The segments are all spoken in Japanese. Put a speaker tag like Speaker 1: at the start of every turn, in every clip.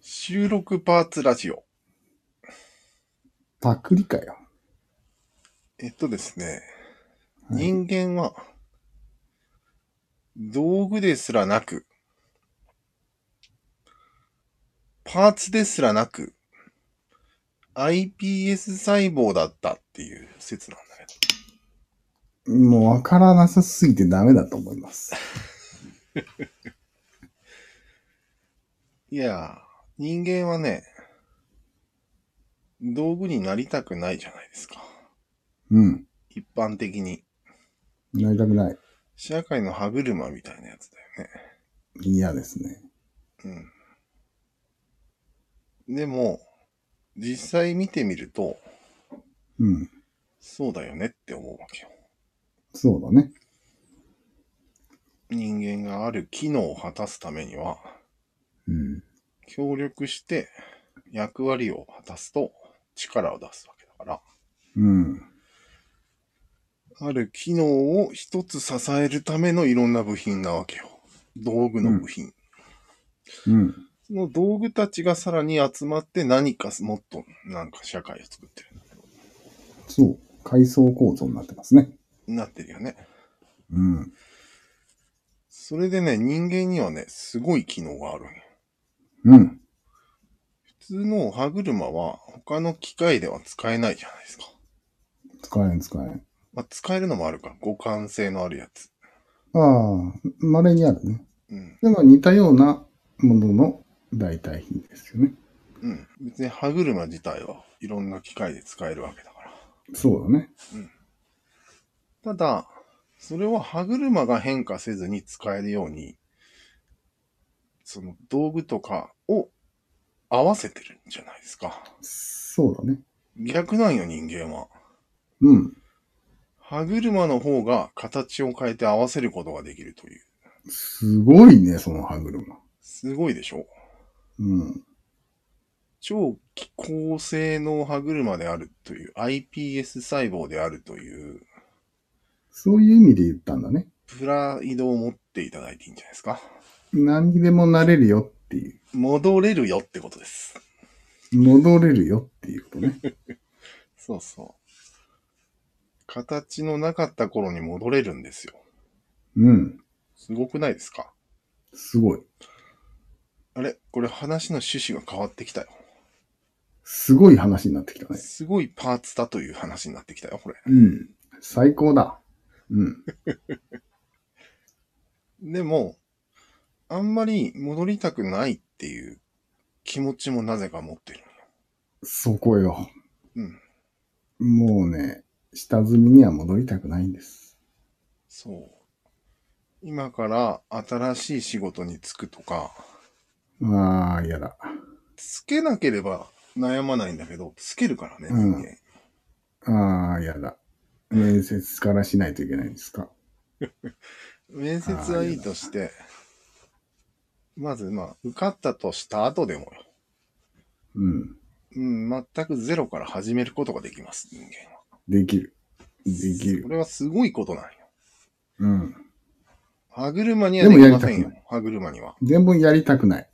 Speaker 1: 収録パーツラジオ。
Speaker 2: パクリかよ。
Speaker 1: えっとですね、
Speaker 2: はい
Speaker 1: 人間は、道具ですらなく、パーツですらなく、iPS 細胞だったっていう説なんだけ
Speaker 2: もうわからなさすぎてダメだと思います。
Speaker 1: ど。いやー、人間はね、道具になりたくないじゃないですか。
Speaker 2: うん。
Speaker 1: 一般的に。
Speaker 2: なりたくない。
Speaker 1: 社会の歯車みたいなやつだよね。
Speaker 2: 嫌ですね。
Speaker 1: うん。でも、実際見てみると、
Speaker 2: うん。
Speaker 1: そうだよねって思うわけよ。
Speaker 2: そうだね。
Speaker 1: 人間がある機能を果たすためには、
Speaker 2: うん。
Speaker 1: 協力して役割を果たすと力を出すわけだから、
Speaker 2: うん。
Speaker 1: ある機能を一つ支えるためのいろんな部品なわけよ。道具の部品。
Speaker 2: うん。
Speaker 1: その道具たちがさらに集まって何かもっとなんか社会を作ってるんだけど、
Speaker 2: そう。階層構造になってますね。
Speaker 1: なってるよね。
Speaker 2: うん。
Speaker 1: それでね、人間にはね、すごい機能があるんよ。
Speaker 2: うん。
Speaker 1: 普通の歯車は他の機械では使えないじゃないですか。
Speaker 2: 使えん使えん。
Speaker 1: まあ、使えるのもあるか。互換性のあるやつ。
Speaker 2: ああ、稀にあるね。
Speaker 1: うん。
Speaker 2: でも似たようなものの代替品ですよね。
Speaker 1: うん。別に歯車自体はいろんな機械で使えるわけだから。
Speaker 2: そうだね。
Speaker 1: ただ、それは歯車が変化せずに使えるように、その道具とかを合わせてるんじゃないですか。
Speaker 2: そうだね。
Speaker 1: 逆なんよ、人間は。
Speaker 2: うん。
Speaker 1: 歯車の方が形を変えて合わせることができるという。
Speaker 2: すごいね、その歯車。
Speaker 1: すごいでしょ
Speaker 2: うん。
Speaker 1: 超高性能歯車であるという、iPS 細胞であるという、
Speaker 2: そういう意味で言ったんだね。
Speaker 1: プライドを持っていただいていいんじゃないですか。
Speaker 2: 何にでもなれるよっていう。
Speaker 1: 戻れるよってことです。
Speaker 2: 戻れるよっていうことね。
Speaker 1: そうそう。形のなかった頃に戻れるんですよ。
Speaker 2: うん。
Speaker 1: すごくないですか
Speaker 2: すごい。
Speaker 1: あれこれ話の趣旨が変わってきたよ。
Speaker 2: すごい話になってきたね。
Speaker 1: すごいパーツだという話になってきたよ、これ。
Speaker 2: うん。最高だ。うん。
Speaker 1: でも、あんまり戻りたくないっていう気持ちもなぜか持ってる。
Speaker 2: そこよ。
Speaker 1: うん。
Speaker 2: もうね、下積みには戻りたくないんです。
Speaker 1: そう。今から新しい仕事に就くとか、
Speaker 2: ああ、嫌だ。
Speaker 1: つけなければ悩まないんだけど、つけるからね、人
Speaker 2: うん
Speaker 1: 間。
Speaker 2: ああ、嫌だ。面接からしないといけないんですか。
Speaker 1: 面接はいいとして、まず、まあ、受かったとした後でもよ。
Speaker 2: うん。
Speaker 1: うん、全くゼロから始めることができます、人間は。
Speaker 2: できる。でき
Speaker 1: こ
Speaker 2: る。
Speaker 1: れはすごいことなんよ。
Speaker 2: うん。
Speaker 1: 歯車にはできません
Speaker 2: でもやりた
Speaker 1: よ。歯車には。
Speaker 2: 全部やりたくない。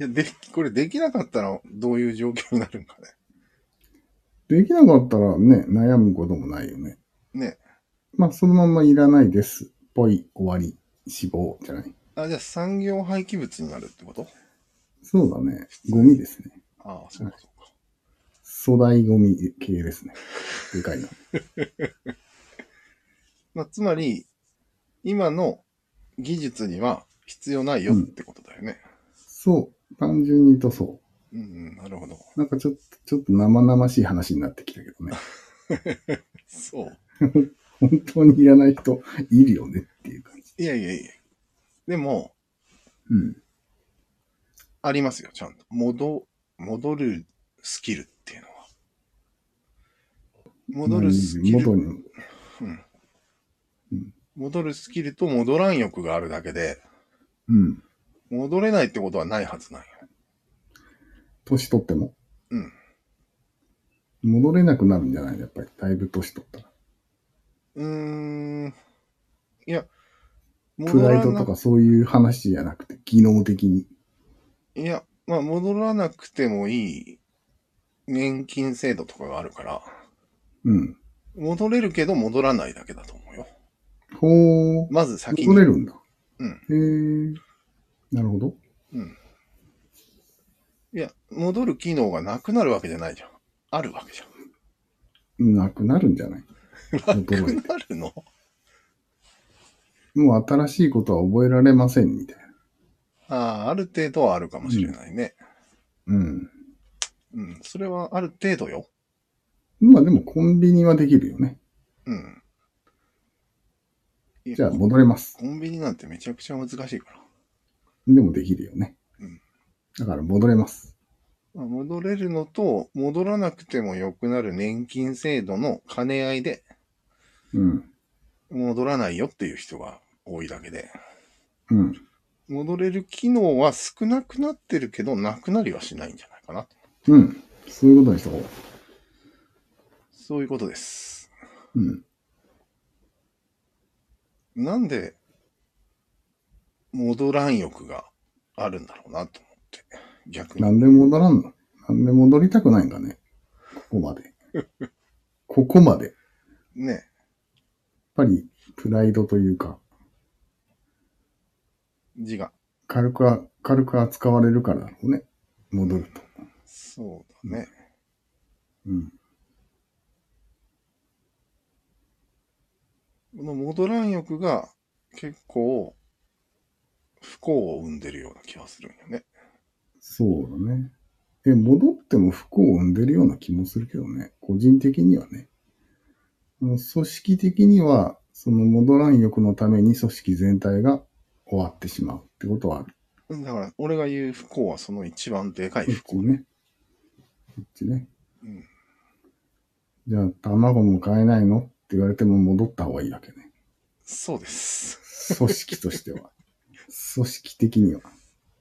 Speaker 1: いや、でき、これできなかったらどういう状況になるんかね。
Speaker 2: できなかったらね、悩むこともないよね。
Speaker 1: ね。
Speaker 2: まあ、そのまんまいらないです。ぽい、終わり、死亡じゃない。
Speaker 1: あ、じゃあ産業廃棄物になるってこと
Speaker 2: そうだね。ゴミですね。
Speaker 1: ああ、そうかそうか。
Speaker 2: 粗大ゴミ系ですね。でかいな。
Speaker 1: まあ、つまり、今の技術には必要ないよってことだよね。
Speaker 2: そう。単純に言うとそ
Speaker 1: うん、うん、なるほど。
Speaker 2: う。なんかちょっと、ちょっと生々しい話になってきたけどね。
Speaker 1: そう。
Speaker 2: 本当にいらない人いるよねっていう感じ。
Speaker 1: いやいやいや。でも、
Speaker 2: うん。
Speaker 1: ありますよ、ちゃんと。戻、戻るスキルっていうのは。戻るスキル、
Speaker 2: 元に。
Speaker 1: 戻るスキルと戻らん欲があるだけで、
Speaker 2: うん。
Speaker 1: 戻れないってことはないはずなんよ。
Speaker 2: 年取っても。
Speaker 1: うん。
Speaker 2: 戻れなくなるんじゃないやっぱり。だいぶ年取ったら。
Speaker 1: うーん。いや、
Speaker 2: プ
Speaker 1: 戻
Speaker 2: ライ
Speaker 1: ら
Speaker 2: ド
Speaker 1: な
Speaker 2: とかそういう話じゃなくて、技能的に。
Speaker 1: いや、まあ、戻らなくてもいい年金制度とかがあるから、
Speaker 2: うん。
Speaker 1: 戻れるけど戻らないだけだと思うよ。
Speaker 2: ほー。
Speaker 1: まず先
Speaker 2: 戻れ
Speaker 1: に。
Speaker 2: るんだ。
Speaker 1: うん。
Speaker 2: へー。なるほど。
Speaker 1: いや、戻る機能がなくなるわけじゃないじゃん。あるわけじゃん。
Speaker 2: なくなるんじ ゃない
Speaker 1: な
Speaker 2: 衰え
Speaker 1: く
Speaker 2: て
Speaker 1: なるの
Speaker 2: もう新しいことは覚えられません、みたいな。
Speaker 1: ああ、ある程度はあるかもしれないね。
Speaker 2: うん。
Speaker 1: うん、それはある程度よ。
Speaker 2: まあでもコンビニはできるよね。
Speaker 1: うん。いや
Speaker 2: じゃあ戻れます。
Speaker 1: コンビニなんてめちゃくちゃ難しいから。
Speaker 2: でもできるよね
Speaker 1: うん。
Speaker 2: だから戻れます。
Speaker 1: まあ戻れるのと、戻らなくても良くなる年金制度の兼ね合いで、
Speaker 2: うん。
Speaker 1: 戻らないよっていう人が多いだけで、
Speaker 2: うん。
Speaker 1: 戻れる機能は少なくなってるけど、なくなりはしないんじゃないかな。
Speaker 2: うん。そういうことにしとこ
Speaker 1: そういうことです。
Speaker 2: う。うん。
Speaker 1: なんで、戻らん欲があるんだろうなと思って。逆
Speaker 2: な
Speaker 1: に。
Speaker 2: んで戻らんのなんで戻りたくないんだね。ここ まで。ここまで。やっ
Speaker 1: ね。
Speaker 2: ぱり、プライドというか、
Speaker 1: 字が。
Speaker 2: 軽くあ、軽く扱われるからだろうね。戻ると。
Speaker 1: そうだね。
Speaker 2: うん。
Speaker 1: この戻らん欲が結構不幸を生んでるような気がするんよね。
Speaker 2: そうだね。え、戻っても不幸を生んでるような気もするけどね。個人的にはね。もう組織的には、その戻らん欲のために組織全体が終わってしまうってことはある。
Speaker 1: だから俺が言う不幸はその一番でかい
Speaker 2: こっ
Speaker 1: 不
Speaker 2: ち
Speaker 1: 幸。
Speaker 2: ね。こっちね。
Speaker 1: うん
Speaker 2: じゃあ、卵も買えないのって言われても戻った方がいいわけね。
Speaker 1: そうです。
Speaker 2: 組織とし ては。組織的には。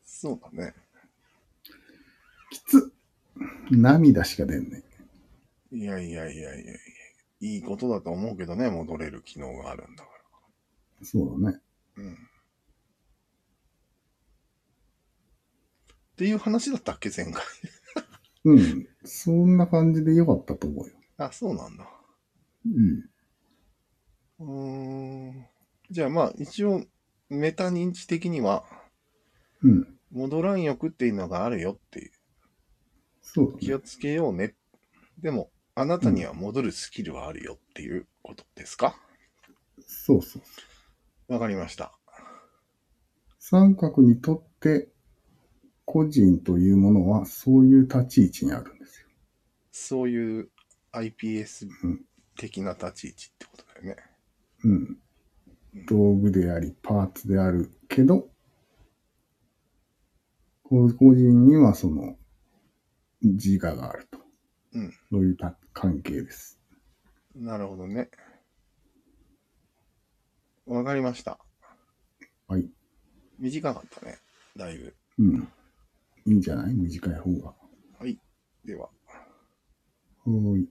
Speaker 1: そうだね。
Speaker 2: きつ涙しか出んね。
Speaker 1: いやいやいやいやいや。いいことだと思うけどね、戻れる機能があるんだか
Speaker 2: そうだね。
Speaker 1: ら。うん。っていう話だったっけ、前回。
Speaker 2: うん。そんな感じでよかったと思うよ。
Speaker 1: あ、そうなんだ。
Speaker 2: うん。
Speaker 1: うーん。じゃあまあ、一応、メタ認知的には、
Speaker 2: うん。
Speaker 1: 戻らん欲っていうのがあるよっていう。
Speaker 2: そうだ
Speaker 1: 気
Speaker 2: ね。
Speaker 1: をつけようね。でも、あなたには戻るスキルはあるよっていうことですか
Speaker 2: そうそう。
Speaker 1: わかりました。
Speaker 2: 三角にとって、個人というものはそういう立ち位置にあるんですよ。
Speaker 1: そういう iPS
Speaker 2: うん
Speaker 1: 的な立ち位置ってことだよね。
Speaker 2: うん。道具であり、パーツであるけど、こう個人にはその自我があると。
Speaker 1: うん
Speaker 2: そういうた関係です。
Speaker 1: なるほどね。わかりました。
Speaker 2: はい。
Speaker 1: 短かったね。だいぶ。
Speaker 2: うん。いいんじゃない短い方が。は
Speaker 1: では。
Speaker 2: ーい。